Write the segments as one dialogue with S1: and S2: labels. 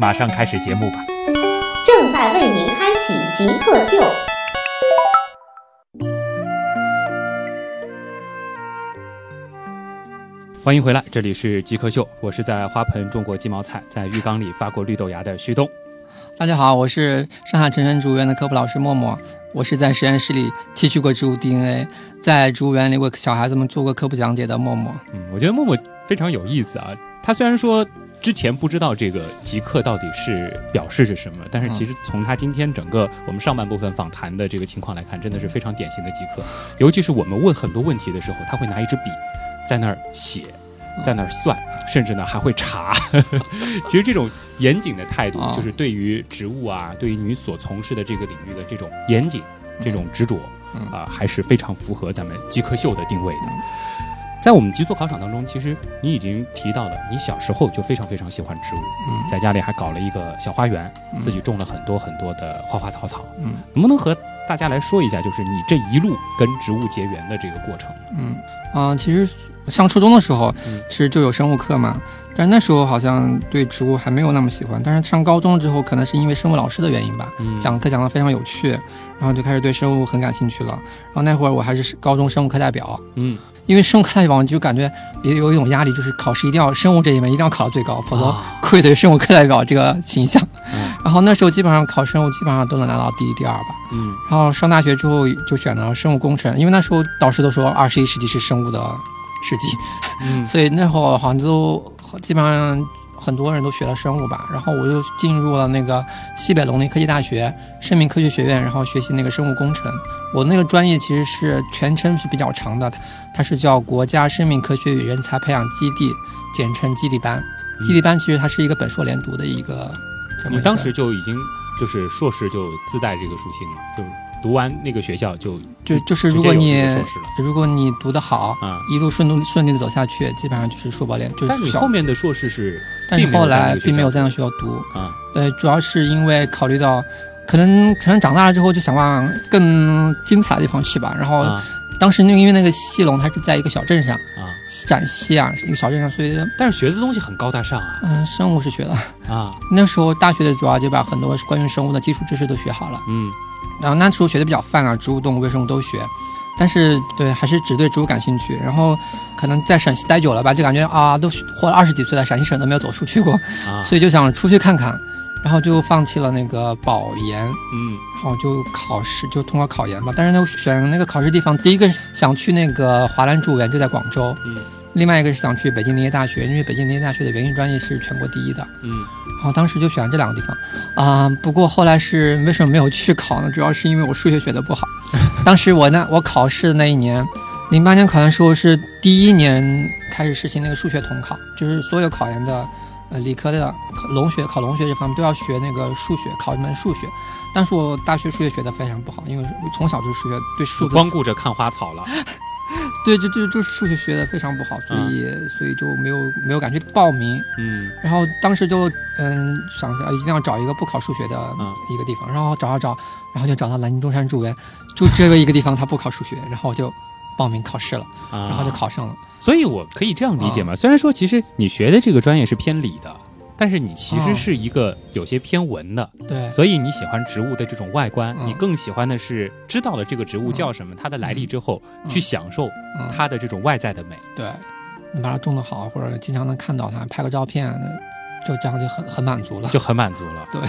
S1: 马上开始节目吧。
S2: 正在为您开启极客秀。
S1: 欢迎回来，这里是极客秀，我是在花盆种过鸡毛菜，在浴缸里发过绿豆芽的旭东。
S3: 大家好，我是上海城市植物园的科普老师默默，我是在实验室里提取过植物 DNA，在植物园里为小孩子们做过科普讲解的默默。
S1: 嗯，我觉得默默非常有意思啊。他虽然说之前不知道这个极客到底是表示着什么，但是其实从他今天整个我们上半部分访谈的这个情况来看，真的是非常典型的极客。尤其是我们问很多问题的时候，他会拿一支笔在那儿写，在那儿算，甚至呢还会查。 其实这种严谨的态度
S3: 哦，
S1: 就是对于植物啊，对于你所从事的这个领域的这种严谨、这种执着
S3: 嗯
S1: 啊、还是非常符合咱们极客秀的定位的。在我们极速考场当中，其实你已经提到了，你小时候就非常非常喜欢植物，
S3: 嗯
S1: 在家里还搞了一个小花园，
S3: 嗯
S1: 自己种了很多很多的花花草草。
S3: 嗯，
S1: 能不能和大家来说一下，就是你这一路跟植物结缘的这个过程？
S3: 嗯啊、其实上初中的时候
S1: 嗯，
S3: 其实就有生物课嘛，但是那时候好像对植物还没有那么喜欢。但是上高中之后，可能是因为生物老师的原因吧，
S1: 嗯
S3: 讲课讲得非常有趣，然后就开始对生物很感兴趣了。然后那会儿我还是高中生物课代表，
S1: 嗯，
S3: 因为生物课代表就感觉也有一种压力，就是考试一定要生物这一门一定要考到最高，否则
S1: 啊
S3: 愧对生物课代表这个形象。
S1: 嗯
S3: 然后那时候基本上考生物基本上都能拿到第一、第二吧。
S1: 嗯
S3: 然后上大学之后就选了生物工程，因为那时候导师都说二十一世纪是生物的世纪，
S1: 嗯
S3: 所以那会儿好像都基本上很多人都学了生物吧。然后我就进入了那个西北农林科技大学生命科学学院，然后学习那个生物工程。我那个专业其实是全称是比较长的，它它是叫国家生命科学与人才培养基地，简称基地班。基地班其实它是一个本硕连读的一个。这么一
S1: 你
S3: 个
S1: 当时就已经就是硕士就自带这个属性了，就是读完那个学校就
S3: 就就是
S1: 直
S3: 如
S1: 接
S3: 果
S1: 有这
S3: 你
S1: 个硕士了
S3: 如果你读得好，
S1: 啊。
S3: 一路顺路顺利的走下去，基本上就是硕博连，就是
S1: 但你
S3: 小
S1: 后面的硕士是
S3: 但是
S1: 并没有
S3: 后
S1: 在那
S3: 来
S1: 个学
S3: 并没
S1: 校
S3: 有在那学校读，
S1: 啊，
S3: 呃，主要是因为考虑到，可能可能长大了之后就想往更精彩的地方去吧。然后
S1: 啊
S3: 当时那个因为那个戏龙它是在一个小镇上，
S1: 啊，
S3: 陕西啊一个小镇上，所以嗯、
S1: 但是学的东西很高大上啊
S3: 生物是学了。
S1: 啊，
S3: 那时候大学的主要就把很多关于生物的基础知识都学好了，
S1: 嗯
S3: 然后那时候学的比较泛啊，植物、动物、微生物都学。但是对，还是只对植物感兴趣。然后可能在陕西待久了吧，就感觉啊，都活了二十几岁了，陕西省都没有走出去过，
S1: 啊，
S3: 所以就想出去看看，然后就放弃了那个保研，
S1: 嗯
S3: 然后就考试就通过考研吧。但是呢，选那个考试地方，第一个是想去那个华南植物园，就在广州；
S1: 嗯
S3: 另外一个是想去北京林业大学，因为北京林业大学的园艺专业是全国第一的。
S1: 嗯
S3: 然啊后当时就选了这两个地方，啊、不过后来是为什么没有去考呢？主要是因为我数学学得 不好。当时我呢，我考试的那一年，零八年考研的时候是第一年开始实行那个数学统考，就是所有考研的，呃，理科的考农学考农学这方面都要学那个数学，考一门数学。但是我大学数学学得非常不好，因为我从小就数学对数
S1: 就
S3: 字
S1: 光顾着看花草了，
S3: 对就就就是数学学得非常不好，所以、所以就没有没有敢去报名。
S1: 嗯
S3: 然后当时就嗯想着啊一定要找一个不考数学的
S1: 嗯
S3: 一个地方，然后找啊找，然后就找到南京中山植物园，就这个一个地方它不考数学，然后就报名考试了，
S1: 啊，
S3: 然后就考上了。
S1: 所以我可以这样理
S3: 啊
S1: 解嘛？虽然说其实你学的这个专业是偏理的，但是你其实
S3: 哦
S1: 是一个有些偏文的，
S3: 对，
S1: 所以你喜欢植物的这种外观，
S3: 嗯
S1: 你更喜欢的是知道了这个植物叫什么，它的来历之后，
S3: 啊嗯啊
S1: 去享受
S3: 嗯，
S1: 它的这种外在的美。
S3: 对，你把它种得好，或者经常能看到它，拍个照片，就这样就很很满足了。
S1: 就很满足了。
S3: 对，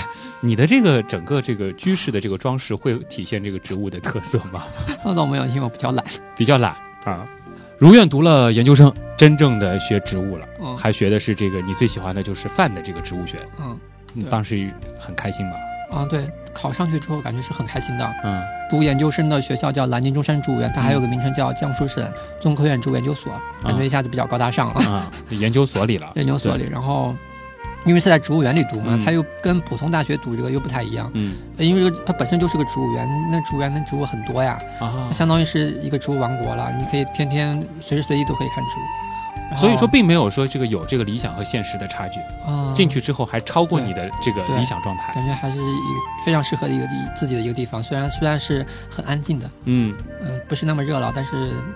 S1: 你的这个整个这个居室的这个装饰会体现这个植物的特色 吗？
S3: 那倒没有，因为我比较懒。
S1: 比较懒啊。如愿读了研究生，真正的学植物了，
S3: 嗯，
S1: 还学的是这个你最喜欢的就是泛的这个植物学。
S3: 嗯
S1: 你
S3: 对
S1: 当时很开心吧？
S3: 啊对，考上去之后感觉是很开心的。
S1: 嗯
S3: 读研究生的学校叫南京中山植物园，它还有个名称叫江苏省中
S1: 啊
S3: 科院植物研究所，感觉一下子比较高大上了。
S1: 啊，研究所里了，
S3: 研究所里，然后因为是在植物园里读嘛，
S1: 嗯
S3: 它又跟普通大学读这个又不太一样，
S1: 嗯
S3: 呃因为这个它本身就是个植物园，那植物园的植物很多呀，
S1: 啊
S3: 它，相当于是一个植物王国了，你可以天天随时随地都可以看植物。然后
S1: 所以说并没有说这个有这个理想和现实的差距，
S3: 啊，
S1: 进去之后还超过你的这个
S3: 对
S1: 理想状态。
S3: 感觉还是一个非常适合的一个地自己的一个地方，虽然虽然是很安静的，
S1: 嗯
S3: 嗯，不是那么热闹，但是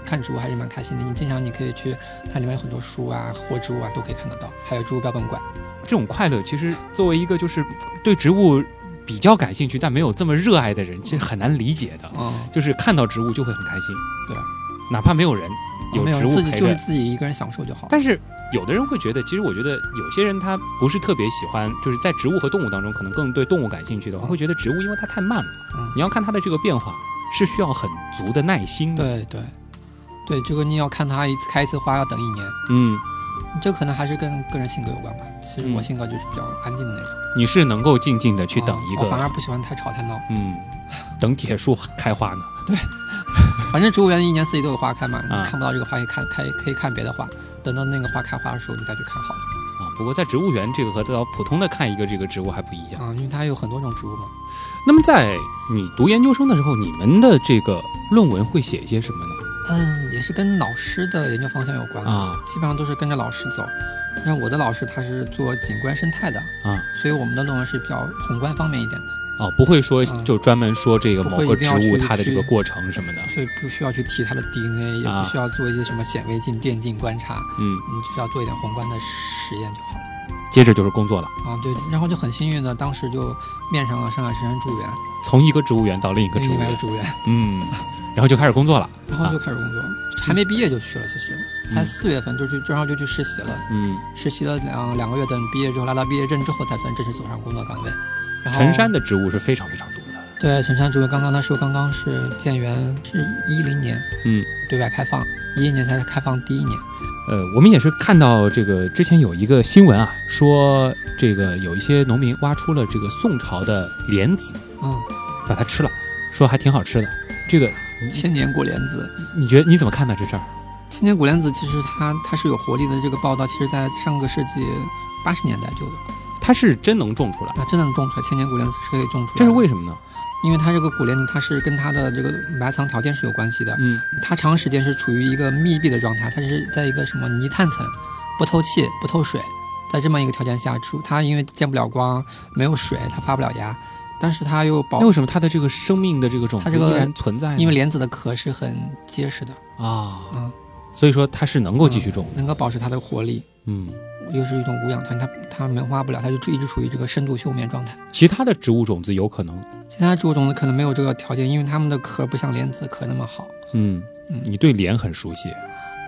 S3: 看植物还是蛮开心的。你经常你可以去，它里面有很多书啊、活植物啊都可以看得到，还有植物标本馆。
S1: 这种快乐其实作为一个就是对植物比较感兴趣但没有这么热爱的人，其实很难理解的。
S3: 嗯，
S1: 就是看到植物就会很开心，
S3: 对，啊
S1: 哪怕没有人，有
S3: 没
S1: 植
S3: 有
S1: 物
S3: 自己
S1: 陪
S3: 就是
S1: 着。
S3: 自己一个人享受就好。
S1: 但是有的人会觉得，其实我觉得有些人他不是特别喜欢，就是在植物和动物当中，可能更对动物感兴趣的话，
S3: 嗯
S1: 会觉得植物因为它太慢了，
S3: 嗯
S1: 你要看它的这个变化是需要很足的耐心的。
S3: 对对对，这个你要看它一次开一次花要等一年，
S1: 嗯，
S3: 这可能还是跟个人性格有关吧。其实我
S1: 嗯
S3: 性格就是比较安静的那种，
S1: 你是能够静静的去等
S3: 嗯
S1: 一
S3: 我反
S1: 个，
S3: 而不喜欢太吵太闹。
S1: 嗯，等铁树开花呢。
S3: 反正植物园一年四季都有花开嘛，你
S1: 啊
S3: 看不到这个花可以看开，可以看别的花。等到那个花开花的时候，你再去看好了
S1: 啊，不过在植物园这个和到普通的看一个这个植物还不一样。
S3: 啊、因为它有很多种植物嘛。
S1: 那么在你读研究生的时候，你们的这个论文会写一些什么呢？
S3: 嗯，也是跟老师的研究方向有关的，
S1: 啊
S3: 基本上都是跟着老师走。像我的老师他是做景观生态的，
S1: 啊
S3: 所以我们的论文是比较宏观方面一点的，
S1: 哦，不会说
S3: 嗯
S1: 就专门说这个某
S3: 不
S1: 个
S3: 会一定
S1: 植
S3: 要
S1: 物
S3: 去
S1: 它的这个
S3: 去
S1: 过程什么的。
S3: 所以不需要去提它的 DNA，也
S1: 啊
S3: 不需要做一些什么显微镜、电镜观察，
S1: 嗯，
S3: 我们只需要做一点宏观的实验就好了。
S1: 接着就是工作了，
S3: 啊，对，然后就很幸运的，当时就面上了上海神山植物园，
S1: 从一个植物园到另一个植
S3: 另
S1: 物
S3: 一个
S1: 园，
S3: 植物园，
S1: 嗯，然后就开始工作了，
S3: 然后就开始工作，还没毕业就去了，其实才
S1: 嗯
S3: 四月份就去，然后就去实习了。
S1: 嗯，
S3: 实习了两两个月，等毕业之后拿到毕业证之后，才算正式走上工作岗位。然后
S1: 辰山的植物是非常非常多的，
S3: 对辰山植物，刚刚那时候刚刚是建园是一零年，
S1: 嗯，
S3: 对外开放，一一年才开放第一年，
S1: 呃，我们也是看到这个之前有一个新闻啊，说这个有一些农民挖出了这个宋朝的莲子，
S3: 嗯，
S1: 把它吃了，说还挺好吃的，这个
S3: 千年古莲子，
S1: 你觉得你怎么看待这事儿？
S3: 千年古莲子其实它它是有活力的，这个报道其实在上个世纪八十年代就有，
S1: 它是真能种出来，
S3: 那真的能种出来，千年古莲子是可以种出来的，
S1: 这是为什么呢？
S3: 因为它这个古莲子它是跟它的这个埋藏条件是有关系的，
S1: 嗯
S3: 它长时间是处于一个密闭的状态，它是在一个什么泥炭层，不透气、不透水，在这么一个条件下，出它因为见不了光，没有水，它发不了芽，但是它又保
S1: 那，为什么它的这个生命的这个种
S3: 它
S1: 子
S3: 这个
S1: 依然存在呢？
S3: 因为莲子的壳是很结实的，
S1: 啊、
S3: 嗯
S1: 所以说它是能够继续种的。
S3: 能够保持它的活力，
S1: 嗯，
S3: 又是一种无氧团，它它萌化不了，它就一直处于这个深度休眠状态。
S1: 其他的植物种子有可能。
S3: 其他植物种子可能没有这个条件，因为它们的壳不像莲子的壳那么好，
S1: 嗯
S3: 嗯，
S1: 你对莲很熟悉，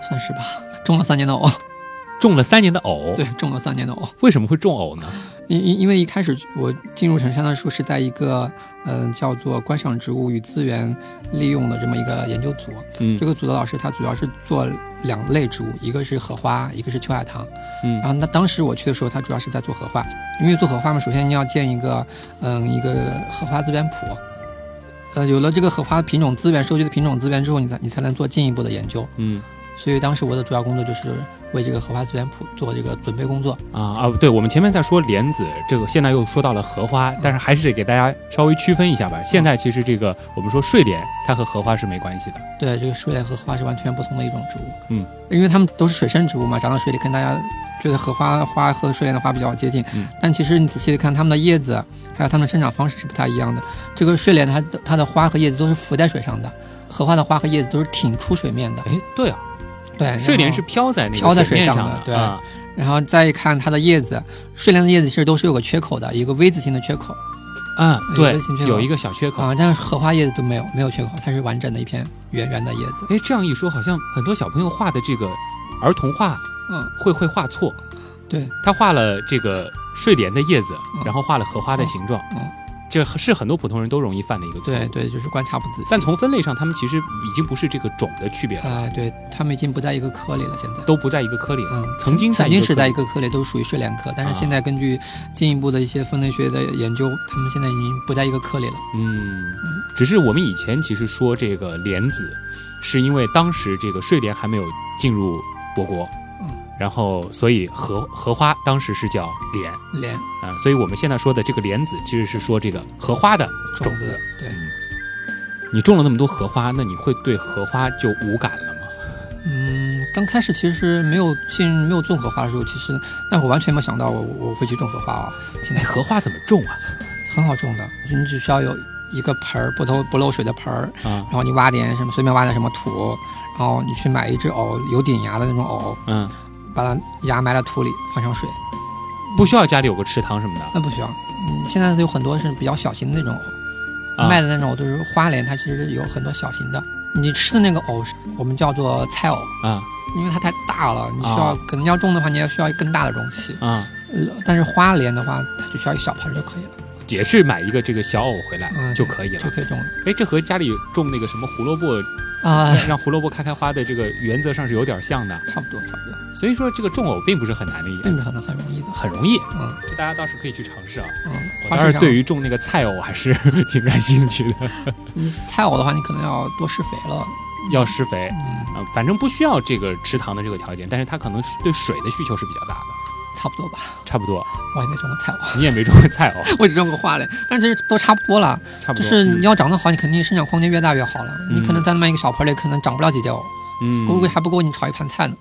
S3: 算是吧。 种了三年的藕，
S1: 种了三年的藕
S3: 对，，种了三年的藕。
S1: 为什么会种藕呢？
S3: 因因因为一开始我进入城山的时候是在一个嗯、呃叫做观赏植物与资源利用的这么一个研究组，
S1: 嗯
S3: 这个组的老师他主要是做两类植物，一个是荷花，一个是秋海棠。
S1: 嗯
S3: 然后那当时我去的时候，他主要是在做荷花，因为做荷花嘛，首先你要建一个嗯一个荷花资源谱。呃，有了这个荷花品种资源收集的品种资源之后，你才你才能做进一步的研究。
S1: 嗯
S3: 所以当时我的主要工作就是为这个荷花资源谱做这个准备工作。
S1: 啊啊，不对，我们前面在说莲子，这个现在又说到了荷花，
S3: 嗯
S1: 但是还是得给大家稍微区分一下吧。现在其实这个我们说睡莲，它和荷花是没关系的。
S3: 对，这个睡莲和花是完全不同的一种植物。
S1: 嗯，
S3: 因为它们都是水生植物嘛，长到水里，跟大家觉得荷花花和睡莲的花比较接近。
S1: 嗯
S3: 但其实你仔细的看，它们的叶子啊还有它们的生长方式是不太一样的。这个睡莲它的它的花和叶子都是浮在水上的，荷花的花和叶子都是挺出水面的。
S1: 哎，对啊，
S3: 对，哎然后
S1: 睡莲是。飘在那个
S3: 飘在
S1: 水
S3: 水
S1: 面
S3: 上
S1: 上
S3: 的对
S1: 啊
S3: 然后再看它的叶子，睡莲的叶子其实都是有个缺口的，有个 V 字形的缺口
S1: 啊，
S3: 哎有
S1: 对
S3: 一个欠缺，口
S1: 有一个小缺口。
S3: 啊，但是荷花叶子都没有，没有缺口，它是完整的一片圆圆的叶子。
S1: 哎，这样一说，好像很多小朋友画的这个儿童画
S3: 嗯，
S1: 会会画错。
S3: 对，
S1: 他画了这个睡莲的叶子，
S3: 嗯
S1: 然后画了荷花的形状
S3: 嗯嗯，
S1: 这是很多普通人都容易犯的一个错
S3: 对
S1: 误。
S3: 对，就是观察不仔细。
S1: 但从分类上，他们其实已经不是这个种的区别了，
S3: 啊、对，它们已经不在一个科里了，现在。
S1: 都不在一个科里了。
S3: 嗯，
S1: 啊曾经在
S3: 曾
S1: 一
S3: 经
S1: 个
S3: 是
S1: 科
S3: 在
S1: 里
S3: 一个科里，都属于睡莲科，但
S1: 啊
S3: 是现在根据进一步的一些分类学的研究，他们现在已经不在一个科里了。
S1: 嗯，只是我们以前其实说这个莲子，是因为当时这个睡莲还没有进入我国
S3: 嗯，
S1: 然后所以荷荷花当时是叫莲
S3: 莲
S1: 啊、所以我们现在说的这个莲子其实是说这个荷花的种
S3: 种子
S1: 子。，
S3: 对，
S1: 你种了那么多荷花，那你会对荷花就无感了吗？
S3: 嗯，刚开始其实没有进没有种荷花的时候，其实那我完全没有想到我我我会去种荷花啊、现在
S1: 哎，荷花怎么种啊？
S3: 很好种的，你只需要有一个盆儿不漏不漏水的盆儿，
S1: 啊，
S3: 然后你挖点什么随便挖点什么土，然后你去买一只藕，有顶芽的那种藕，
S1: 嗯，
S3: 把它芽埋在土里，放上水，
S1: 不需要家里有个池塘什么的。
S3: 那不需要。嗯，现在有很多是比较小型的那种藕，
S1: 啊
S3: 卖的那种藕就是花莲，它其实有很多小型的。你吃的那个藕是，我们叫做菜藕，
S1: 啊
S3: 因为它太大了，你需要、
S1: 啊
S3: 可能要种的话，你要需要更大的容器。
S1: 啊，
S3: 呃但是花莲的话，它只需要一小盆就可以了，
S1: 也是买一个这个小藕回来
S3: 嗯
S1: 就可以
S3: 就
S1: 了。
S3: 可以种了。
S1: 哎，这和家里种那个什么胡 萝卜，
S3: 啊、
S1: 让让胡萝卜开开花的这个原则上是有点像的。
S3: 差不多，差不多，
S1: 所以说这个种藕并不是很难的一
S3: 并
S1: 件，
S3: 不是很很容易的。
S1: 很容易。
S3: 嗯
S1: 这大家倒是可以去尝试啊。
S3: 嗯，
S1: 我
S3: 花
S1: 倒
S3: 市
S1: 是
S3: 上
S1: 对于种那个菜藕还是 挺感兴趣的，
S3: 你菜藕的话，你可能要多施肥了。
S1: 要施肥。
S3: 嗯，
S1: 啊，反正不需要这个池塘的这个条件，但是它可能对水的需求是比较大的，
S3: 差不多吧。
S1: 差不多。
S3: 我也没种过菜藕，
S1: 你也没种过菜藕，
S3: 我只种过花蕾，但其实都差不多了。
S1: 差不多。
S3: 就是你要长得好，你肯定生长空间越大越好了。你可能
S1: 嗯
S3: 在那么一个小盆里，可能长不了几条藕，
S1: 嗯，
S3: 够
S1: 嗯
S3: 不够还不够你炒一盘菜呢。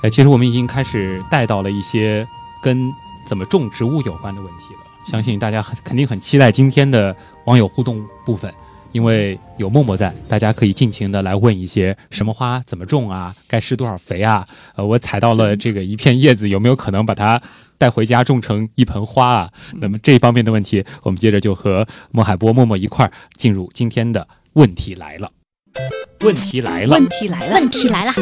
S1: 哎，其实我们已经开始带到了一些跟怎么种植物有关的问题了。相信大家很肯定很期待今天的网友互动部分，因为有默默在，大家可以尽情的来问一些什么花怎么种啊，该施多少肥啊，呃，我采到了这个一片叶子，有没有可能把它带回家种成一盆花啊？那么这一方面的问题，我们接着就和莫海波、默默一块儿进入今天的问题来了。问题来了，
S4: 问题来了，
S5: 问题来了，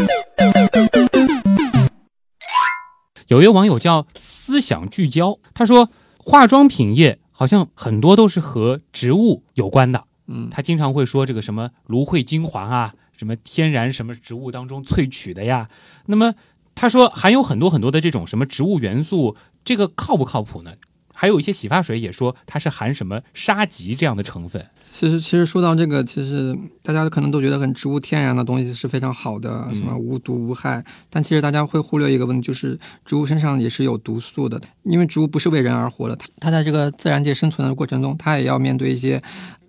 S1: 有一位网友叫思想聚焦，他说化妆品业好像很多都是和植物有关的，
S3: 嗯，
S1: 他经常会说这个什么芦荟精华啊，什么天然什么植物当中萃取的呀。那么他说含有很多很多的这种什么植物元素，这个靠不靠谱呢？还有一些洗发水也说它是含什么沙棘这样的成分，
S3: 其实其实说到这个，其实大家可能都觉得很植物天然的东西是非常好的，什么无毒无害。但其实大家会忽略一个问题，就是植物身上也是有毒素的，因为植物不是为人而活的，它它在这个自然界生存的过程中，它也要面对一些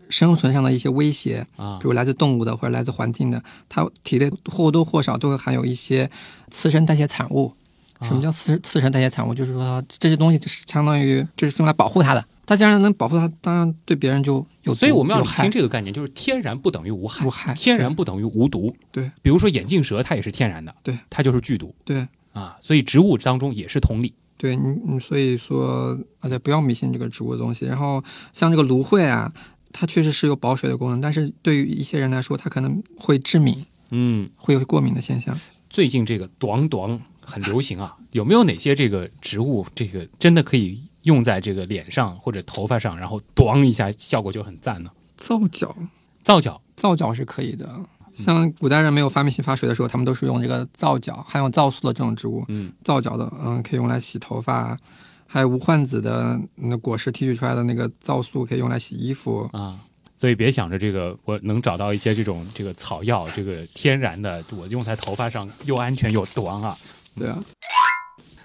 S3: 生存上的一些威胁
S1: 啊
S3: 比如来自动物的或者来自环境的，它体内或多或少都会含有一些次生代谢产物。什么
S1: 啊
S3: 叫次次生代谢产物？就是说它这些东西就是相当于就是用来保护它的。它既然能保护它，当然对别人就有毒
S1: 所以我们要
S3: 有
S1: 理
S3: 害
S1: 清这个概念，就是天然不等于无害，
S3: 无害
S1: 天然
S3: 对
S1: 不等于无毒。
S3: 对
S1: 比如说眼镜蛇，它也是天然的，
S3: 对，
S1: 它就是剧毒
S3: 对
S1: 啊。所以植物当中也是同理。
S3: 对，你你所以说，而且不要迷信这个植物的东西。然后像这个芦荟啊，它确实是有保水的功能，但是对于一些人来说，它可能会致敏，
S1: 嗯，
S3: 会有过敏的现象。
S1: 最近这个“短短”很流行啊，有没有哪些这个植物，这个真的可以用在这个脸上或者头发上，然后“短”一下，效果就很赞呢？
S3: 皂角，
S1: 皂角
S3: 皂角是可以的。
S1: 嗯
S3: 像古代人没有发明洗发水的时候，他们都是用这个皂角含有皂素的这种植物，
S1: 嗯，
S3: 皂角的，嗯，可以用来洗头发，还有无患子的那果实提取出来的那个皂素可以用来洗衣服，
S1: 啊，所以别想着这个我能找到一些这种这个草药，这个天然的，我用在头发上又安全又“短”啊。
S3: 对啊，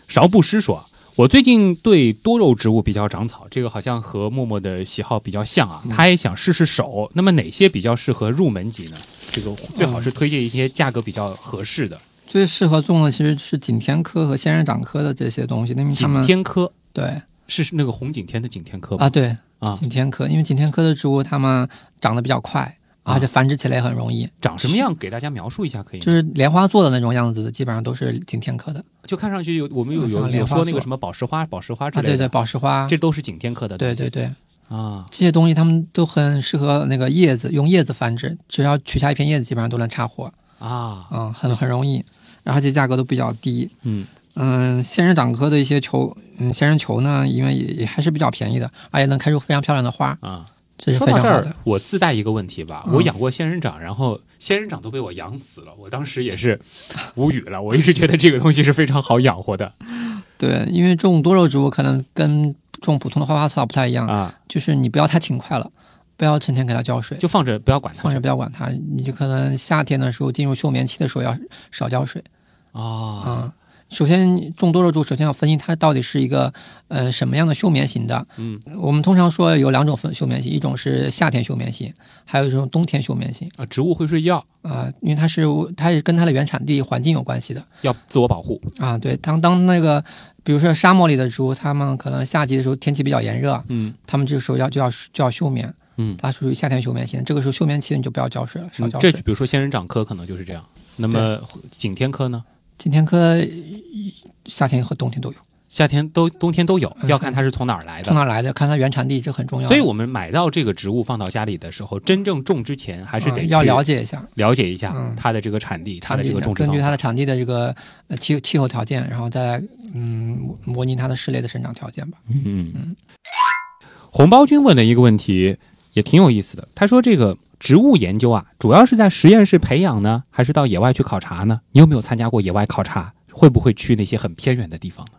S1: 勺布施说，啊我最近对多肉植物比较长草，这个好像和默默的喜好比较像
S3: 嗯
S1: 啊。他也想试试手，那么哪些比较适合入门级呢？这个最
S3: 嗯
S1: 好是推荐一些价格比较合适的。
S3: 最适合种的其实是景天科和仙人掌科的这些东西，因为它
S1: 景
S3: 们
S1: 天科
S3: 对
S1: 是是那个红景天的景天科吧？
S3: 啊对
S1: 啊
S3: 景天科，因为景天科的植物它们长得比较快，
S1: 啊
S3: 而且繁殖起来也很容易，
S1: 长什么样？给大家描述一下可以吗？
S3: 就是莲花座的那种样子的，基本上都是景天科的
S1: 就看上去有我们有
S3: 像
S1: 有有
S3: 莲花
S1: 说那个
S3: 座
S1: 什么宝石花、宝石花之
S3: 啊，
S1: 类
S3: 对
S1: 的，
S3: 对，宝石花，
S1: 这都是景天科的东
S3: 对
S1: 西。
S3: 对对。
S1: 啊，
S3: 这些东西它们都很适合那个叶子，用叶子繁殖，只要取下一片叶子，基本上都能插活，
S1: 啊，
S3: 嗯，很很容易，然后这价格都比较低。
S1: 嗯
S3: 嗯，仙人掌科的一些球，嗯，仙人球呢，因为也也还是比较便宜的，而且能开出非常漂亮的花，
S1: 啊。
S3: 这是
S1: 说
S3: 非
S1: 到
S3: 常
S1: 这
S3: 好
S1: 儿
S3: 的。，
S1: 我自带一个问题吧。
S3: 嗯
S1: 我养过仙人掌，然后仙人掌都被我养死了，我当时也是无语了。我一直觉得这个东西是非常好养活的
S3: 对，因为种多肉植物可能跟种普通的花花草草不太一样，
S1: 啊，
S3: 就是你不要太勤快了，不要成天给它浇水，
S1: 就放着不要管它
S3: 放着不嗯要管它。你就可能夏天的时候进入休眠期的时候要少浇水
S1: 啊。
S3: 啊、首先，众多的柱首先要分析它到底是一个呃什么样的休眠型的。
S1: 嗯，
S3: 我们通常说有两种分休眠型，一种是夏天休眠型，还有一种冬天休眠型
S1: 啊，植物会睡觉，
S3: 啊、因为它是它是跟它的原产地环境有关系的
S1: 要自我保护。
S3: 啊、对，当当那个比如说沙漠里的植物，它们可能夏季的时候天气比较炎热，
S1: 嗯
S3: 它们这个时候要就要就要休眠，
S1: 嗯，
S3: 它属于夏天休眠型。这个时候休眠期你就不要浇水了，少
S1: 嗯
S3: 浇
S1: 这
S3: 水。
S1: 比如说仙人掌科可能就是这样。那么景天科呢？
S3: 景天科呃夏天和冬天都有，
S1: 夏天都冬天都有，
S3: 嗯
S1: 要看它是从哪儿来
S3: 从
S1: 的。
S3: 哪来的？看它原产地，这很重要的。
S1: 所以我们买到这个植物放到家里的时候，真正种之前还是
S3: 嗯
S1: 得
S3: 要
S1: 去
S3: 了解一下。
S1: 了解一下
S3: 嗯
S1: 它的这个产地，它
S3: 产
S1: 的
S3: 地
S1: 这个
S3: 呢
S1: 种植
S3: 根
S1: 方
S3: 据它
S1: 法。
S3: 的产地的这个呃气气候条件，然后再嗯模拟它的室内的生长条件吧。
S1: 嗯，红包君问的一个问题也挺有意思的，他说这个植物研究啊，主要是在实验室培养呢，还是到野外去考察呢？你有没有参加过野外考察？会不会去那些很偏远的地方呢？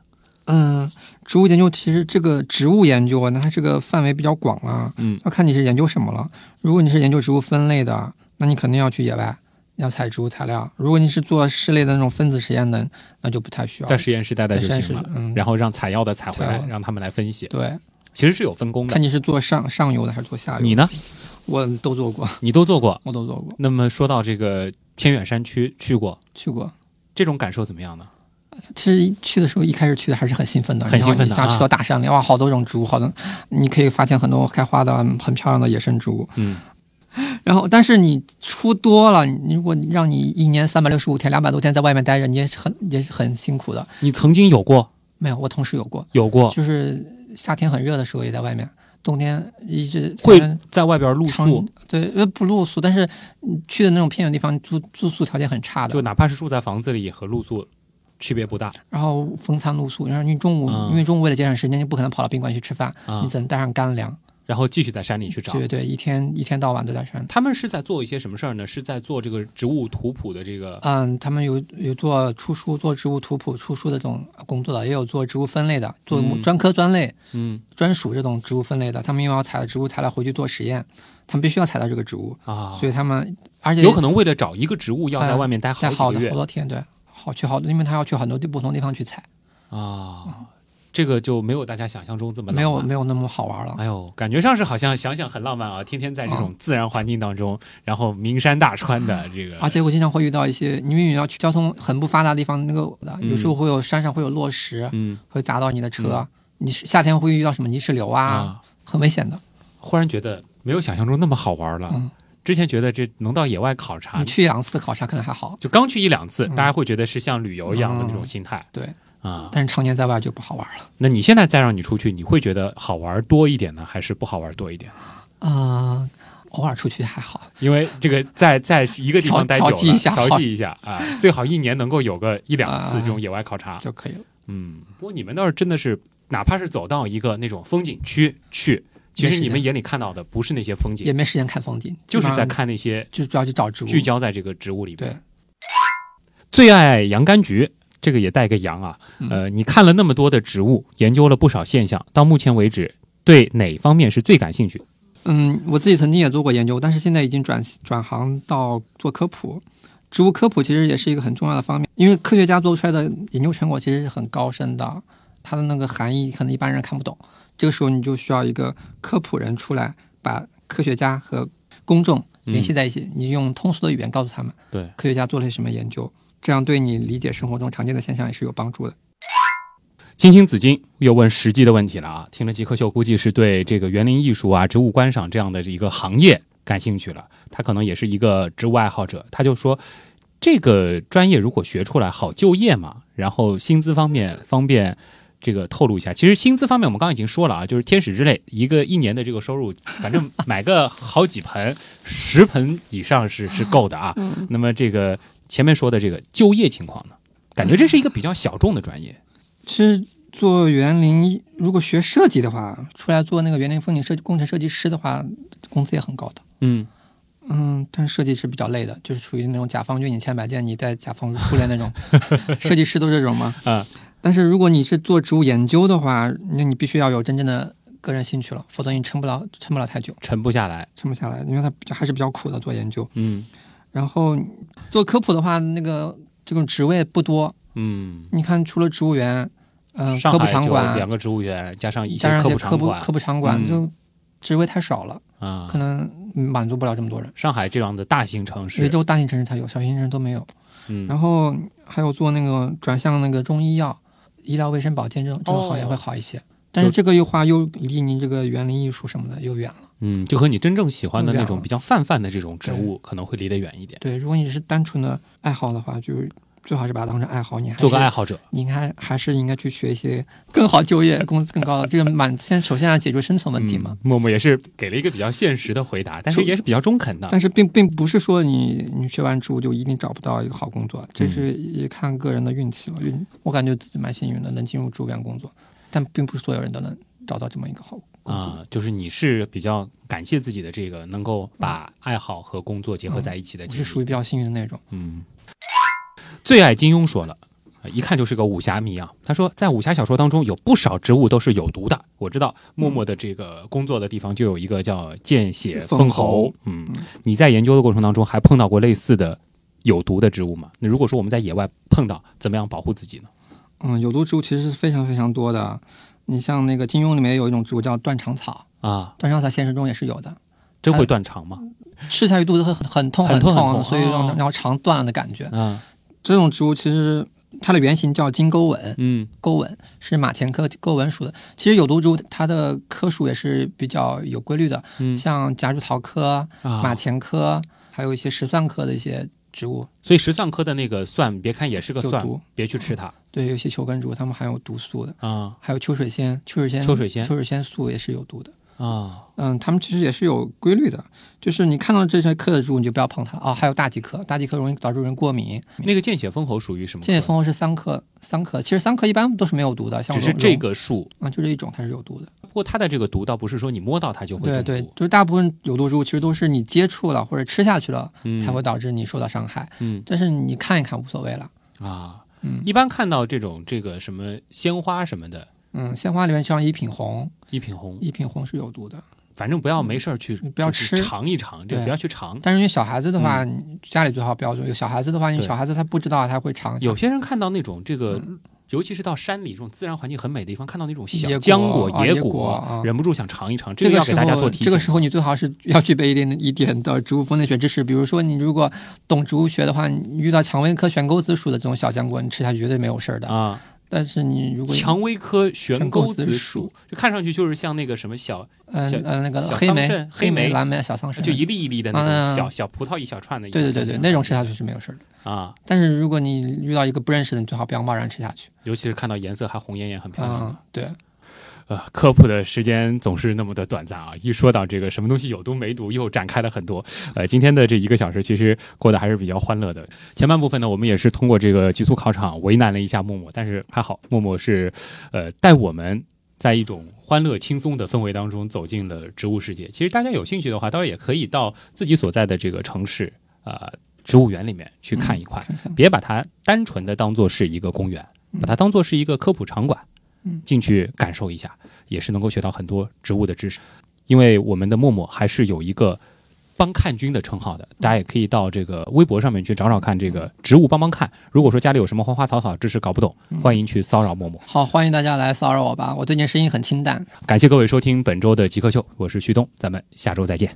S3: 嗯，植物研究其实这个植物研究啊，那它这个范围比较广啊，
S1: 嗯，
S3: 要看你是研究什么了。如果你是研究植物分类的，那你肯定要去野外，要采植物材料。如果你是做室内的那种分子实验的，那就不太需要
S1: 在实验室待待
S3: 在
S1: 就
S3: 实验
S1: 行
S3: 室
S1: 了，，
S3: 嗯，
S1: 然后让采药的采回
S3: 采
S1: 来，
S3: 药
S1: 让他们来分析，
S3: 对，
S1: 其实是有分工的
S3: 看。你是做上上游的还是做下游。
S1: 你呢？
S3: 我都做过，
S1: 你都做过。
S3: 我都做过，
S1: 那么说到这个偏远山区去过，
S3: 去过。
S1: 这种感受怎么样呢？
S3: 其实去的时候，一开始去的还是很兴奋的，
S1: 很兴奋的
S3: 然后一
S1: 啊
S3: 下去到大山里，哇，好多种植物，好多，你可以发现很多开花的、很漂亮的野生植物。
S1: 嗯，
S3: 然后，但是你出多了，你如果让你一年三百六十五天、两百多天在外面待着，你也是很也是很辛苦的。
S1: 你曾经有过，
S3: 没有，我同事有过，
S1: 有过
S3: 就是夏天很热的时候也在外面，冬天一直
S1: 会
S3: 反正
S1: 在外边露
S3: 长
S1: 宿，
S3: 对呃不露宿，但是你去的那种偏远地方，住住宿条件很差的
S1: 就，哪怕是住在房子里，也和露宿区别不大
S3: 然后风餐露宿，然后你中午、
S1: 嗯
S3: 因为中午为了节省时间，你不可能跑到宾馆去吃饭，
S1: 啊
S3: 你。只能带上干粮。
S1: 然后继续在山里去找。
S3: 对对，一天一天到晚都在山。
S1: 他们是在做一些什么事儿呢？是在做这个植物图谱的这个
S3: 嗯，他们有有做出书、做植物图谱、出书的这种工作的，也有做植物分类的，做
S1: 嗯
S3: 专科专类、
S1: 嗯
S3: 专属这种植物分类的。他们又要采植物材料回去做实验，他们必须要采到这个植物，
S1: 啊，
S3: 所以他们而且
S1: 有可能为了找一个植物，要在
S3: 哎
S1: 外面待
S3: 在好
S1: 好几
S3: 的
S1: 个月
S3: 好多天，对，好去好多，因为他要去很多地不同地方去采，
S1: 啊。这个就没有大家想象中这么啊
S3: 没
S1: 浪
S3: 有
S1: 漫。
S3: 没有那么好玩了。
S1: 哎呦，感觉上是好像想想很浪漫啊，天天在这种自然环境当中，然后名山大川的这个，
S3: 嗯而且我经常会遇到一些，因为你要去交通很不发达的地方，那个的有时候会有山上会有落石，
S1: 嗯
S3: 会砸到你的车。你是夏天会遇到什么泥石流啊，
S1: 啊，
S3: 很危险的。
S1: 忽然觉得没有想象中那么好玩了。
S3: 嗯
S1: 之前觉得这能到野外考察
S3: 你，去两次考察可能还好，
S1: 就刚去一两次，
S3: 嗯
S1: 大家会觉得是像旅游一样的那种
S3: 嗯
S1: 心态
S3: 对，
S1: 啊。
S3: 但是常年在外就不好玩了。
S1: 那你现在再让你出去，你会觉得好玩多一点呢，还是不好玩多一点？
S3: 啊、偶尔出去还好，
S1: 因为这个在在一个地方待
S3: 调
S1: 久了，
S3: 调剂一下
S1: 调剂一下 啊，最好一年能够有个一两次
S3: 啊
S1: 这种野外考察。
S3: 就可以了。
S1: 嗯，不过你们倒是真的是，哪怕是走到一个那种风景区去，其
S3: 没
S1: 实
S3: 时
S1: 你们
S3: 间
S1: 眼里看到的不是那些风
S3: 也
S1: 景，
S3: 没时间看风景，
S1: 就是在
S3: 基本上
S1: 看那些
S3: 就主要去找植物。
S1: 聚焦在这个植物里边
S3: 对。，
S1: 最爱洋甘菊，这个也带个洋啊。
S3: 嗯
S1: 呃，你看了那么多的植物，研究了不少现象，到目前为止，对哪方面是最感兴趣？
S3: 嗯，我自己曾经也做过研究，但是现在已经转转行到做科普。植物科普其实也是一个很重要的方面，因为科学家做出来的研究成果其实是很高深的，它的那个含义可能一般人看不懂。这个时候你就需要一个科普人出来，把科学家和公众联系在一起，你用通俗的语言告诉他们，
S1: 对
S3: 科学家做了些什么研究，这样对你理解生活中常见的现象也是有帮助的。
S1: 青青子衿又问实际的问题了啊！听了极客秀，估计是对这个园林艺术啊、植物观赏这样的一个行业感兴趣了。他可能也是一个植物爱好者，他就说，这个专业如果学出来好就业嘛，然后薪资方面方便这个透露一下。其实薪资方面我们刚刚已经说了啊，就是天使之类，一个一年的这个收入，反正买个好几盆、十盆以上是是够的啊。那么这个前面说的这个就业情况呢，感觉这是一个比较小众的专业。
S3: 其实做园林，如果学设计的话，出来做那个园林风景设计工程设计师的话，工资也很高的。
S1: 嗯，
S3: 嗯，但是设计是比较累的，就是属于那种甲方约你千百件，你在甲方出来 那种，设计师都这种嘛。
S1: 啊
S3: 但是如果你是做植物研究的话，那你必须要有真正的个人兴趣了，否则你撑不了，撑不了太久，
S1: 沉不下来。
S3: 撑不下来，因为它比较还是比较苦的做研究。
S1: 嗯
S3: 然后做科普的话，那个这种职位不多，
S1: 嗯，
S3: 你看，除了植物园，嗯、
S1: 上
S3: 科
S1: 海
S3: 普场
S1: 就
S3: 馆
S1: 两，个植物园，加啊上一些
S3: 加上一
S1: 科
S3: 些
S1: 普
S3: 科
S1: 场
S3: 普
S1: 馆
S3: 科普场馆，
S1: 嗯
S3: 就职位太少了，
S1: 啊
S3: 可。能满足不了这么多人。
S1: 上海这样的大型城
S3: 也
S1: 市，
S3: 就大型城市才有，小型城市都没有。
S1: 嗯
S3: 然后还有做那个转向那个中医药、医疗卫生保健这种这种行业
S1: 哦
S3: 会好一些。但是这个又话又离你这个园林艺术什么的又远了。
S1: 嗯，就和你真正喜欢的
S3: 不一
S1: 那
S3: 样
S1: 种
S3: 了
S1: 比较泛泛的这种植物，可能会离得远一点。
S3: 对，如果你只是单纯的爱好的话，就是最好是把它当成爱好，你还是
S1: 做个爱好者，
S3: 你应该还是应该去学一些更好就业、工资更高的。这个满先首先要解决生存问题嘛。
S1: 嗯默默也是给了一个比较现实的回答，但是
S3: 就
S1: 也是比较中肯的。
S3: 但是并并不是说你你学完植物就一定找不到一个好工作，这
S1: 嗯
S3: 是也看个人的运气了。运，我感觉自己蛮幸运的，能进入植物园工作，但并不是所有人都能找到这么一个好工作。
S1: 啊、就是你是比较感谢自己的这个能够把爱好和工作结合在一起的
S3: 嗯我
S1: 经历，
S3: 是属于比较幸运的那种。
S1: 嗯，最爱金庸说了。呃一看就是个武侠迷啊！他说，在武侠小说当中有不少植物都是有毒的。我知道默默的这个工作的地方就有一个叫见血封
S3: 封
S1: 喉
S3: 侯。
S1: 嗯
S3: 嗯，
S1: 你在研究的过程当中还碰到过类似的有毒的植物吗？那如果说我们在野外碰到，怎么样保护自己呢？
S3: 嗯，有毒植物其实是非常非常多的。你像那个金庸里面有一种植物叫断肠草，
S1: 啊，
S3: 断肠草现实中也是有的，
S1: 真会
S3: 还
S1: 断肠吗？
S3: 吃下去肚子会很很痛
S1: 很
S3: 痛，
S1: 痛很痛
S3: 所以让
S1: 哦
S3: 然后肠断了的感觉。
S1: 啊，
S3: 这种植物其实它的原型叫金钩吻，
S1: 嗯
S3: 钩吻是马前科钩吻属的。其实有毒植物它的科属也是比较有规律的，
S1: 嗯
S3: 像夹竹桃科、
S1: 啊，
S3: 马前科，还有一些石蒜科的一些植物，
S1: 所以石蒜科的那个蒜，别看也是个蒜
S3: 有毒，
S1: 别去吃它
S3: 对，有一些球根植物它们含有毒素的，
S1: 啊
S3: 还有秋水仙，秋水仙
S1: 秋水仙
S3: 秋水仙素也是有毒的。
S1: 啊！
S3: 嗯，它们其实也是有规律的，就是你看到这些科的植物，你就不要碰它啊、还有大戟科，大戟科容易导致人过敏。
S1: 那个见血封喉属于什么科？
S3: 剑叶蜂窝是桑科，桑科其实桑科一般都是没有毒的，像
S1: 只是
S3: 龙
S1: 这
S3: 龙
S1: 个树，
S3: 啊、就这一种它是有毒的。
S1: 不过它的这个毒倒不是说你摸到它就会中
S3: 对
S1: 毒，
S3: 对，就是大部分有毒植物其实都是你接触了或者吃下去了，
S1: 嗯
S3: 才会导致你受到伤害。
S1: 嗯
S3: 但是你看一看无所谓了。
S1: 啊。
S3: 嗯
S1: 一般看到这种这个什么鲜花什么的，
S3: 嗯，鲜花里面像一品红，
S1: 一品红，
S3: 一品红是有毒的。
S1: 反正不要没事儿去，
S3: 你不要
S1: 就是
S3: 吃
S1: 尝一尝，这个
S3: 对
S1: 不要去尝。
S3: 但是因为小孩子的话，你家里最好不要种。有小孩子的话，因为
S1: 嗯对
S3: 小孩子他不知道他会尝
S1: 有些人看到那种这个，尤其是到山里这种自然环境很美的地方，看到那种小
S3: 嗯野果
S1: 浆果、
S3: 啊野果啊
S1: 忍不住想尝一尝。
S3: 这
S1: 个
S3: 个
S1: 要
S3: 时
S1: 给
S3: 候，
S1: 大家做提醒。
S3: 这个时候你最好是要具备一点一点的植物分类学知识，比如说你如果懂植物学的话，你遇到蔷薇科悬钩子属的这种小浆果，你吃下去绝对没有事儿的。
S1: 啊，
S3: 但是你如果
S1: 蔷薇科悬
S3: 悬
S1: 钩
S3: 钩子
S1: 子
S3: 属
S1: 属，就看上去就是像那个什么小，
S3: 嗯
S1: 小
S3: 呃那个
S1: 小
S3: 黑
S1: 桑
S3: 莓
S1: 葚、黑
S3: 黑莓、
S1: 莓
S3: 蓝莓、小桑葚，
S1: 就一粒一粒的那种
S3: 嗯
S1: 小小葡萄一小串的一小
S3: 对
S1: 串
S3: 对
S1: 的，
S3: 对对，那种吃下去是没有事儿的。
S1: 啊，
S3: 但是如果你遇到一个不认识的，你最好不要贸然吃下去。
S1: 尤其是看到颜色还红艳艳，很漂亮。
S3: 嗯，对，
S1: 呃，科普的时间总是那么的短暂啊！一说到这个什么东西有毒没毒，又展开了很多。呃，今天的这一个小时其实过得还是比较欢乐的。前半部分呢，我们也是通过这个极速考场为难了一下默默，但是还好，默默是呃带我们在一种欢乐轻松的氛围当中走进了植物世界。其实大家有兴趣的话，当然也可以到自己所在的这个城市啊、呃植物园里面去看一看，
S3: 嗯看看
S1: 别把它单纯的当做是一个公园，把它当做是一个科普场馆
S3: 嗯，
S1: 进去感受一下，也是能够学到很多植物的知识。因为我们的默默还是有一个帮看君的称号的，大家也可以到这个微博上面去找找看这个植物帮帮看。如果说家里有什么花花草草知识搞不懂，欢迎去骚扰默默。
S3: 好，欢迎大家来骚扰我吧，我最近声音很清淡。
S1: 感谢各位收听本周的极客秀，我是旭东，咱们下周再见。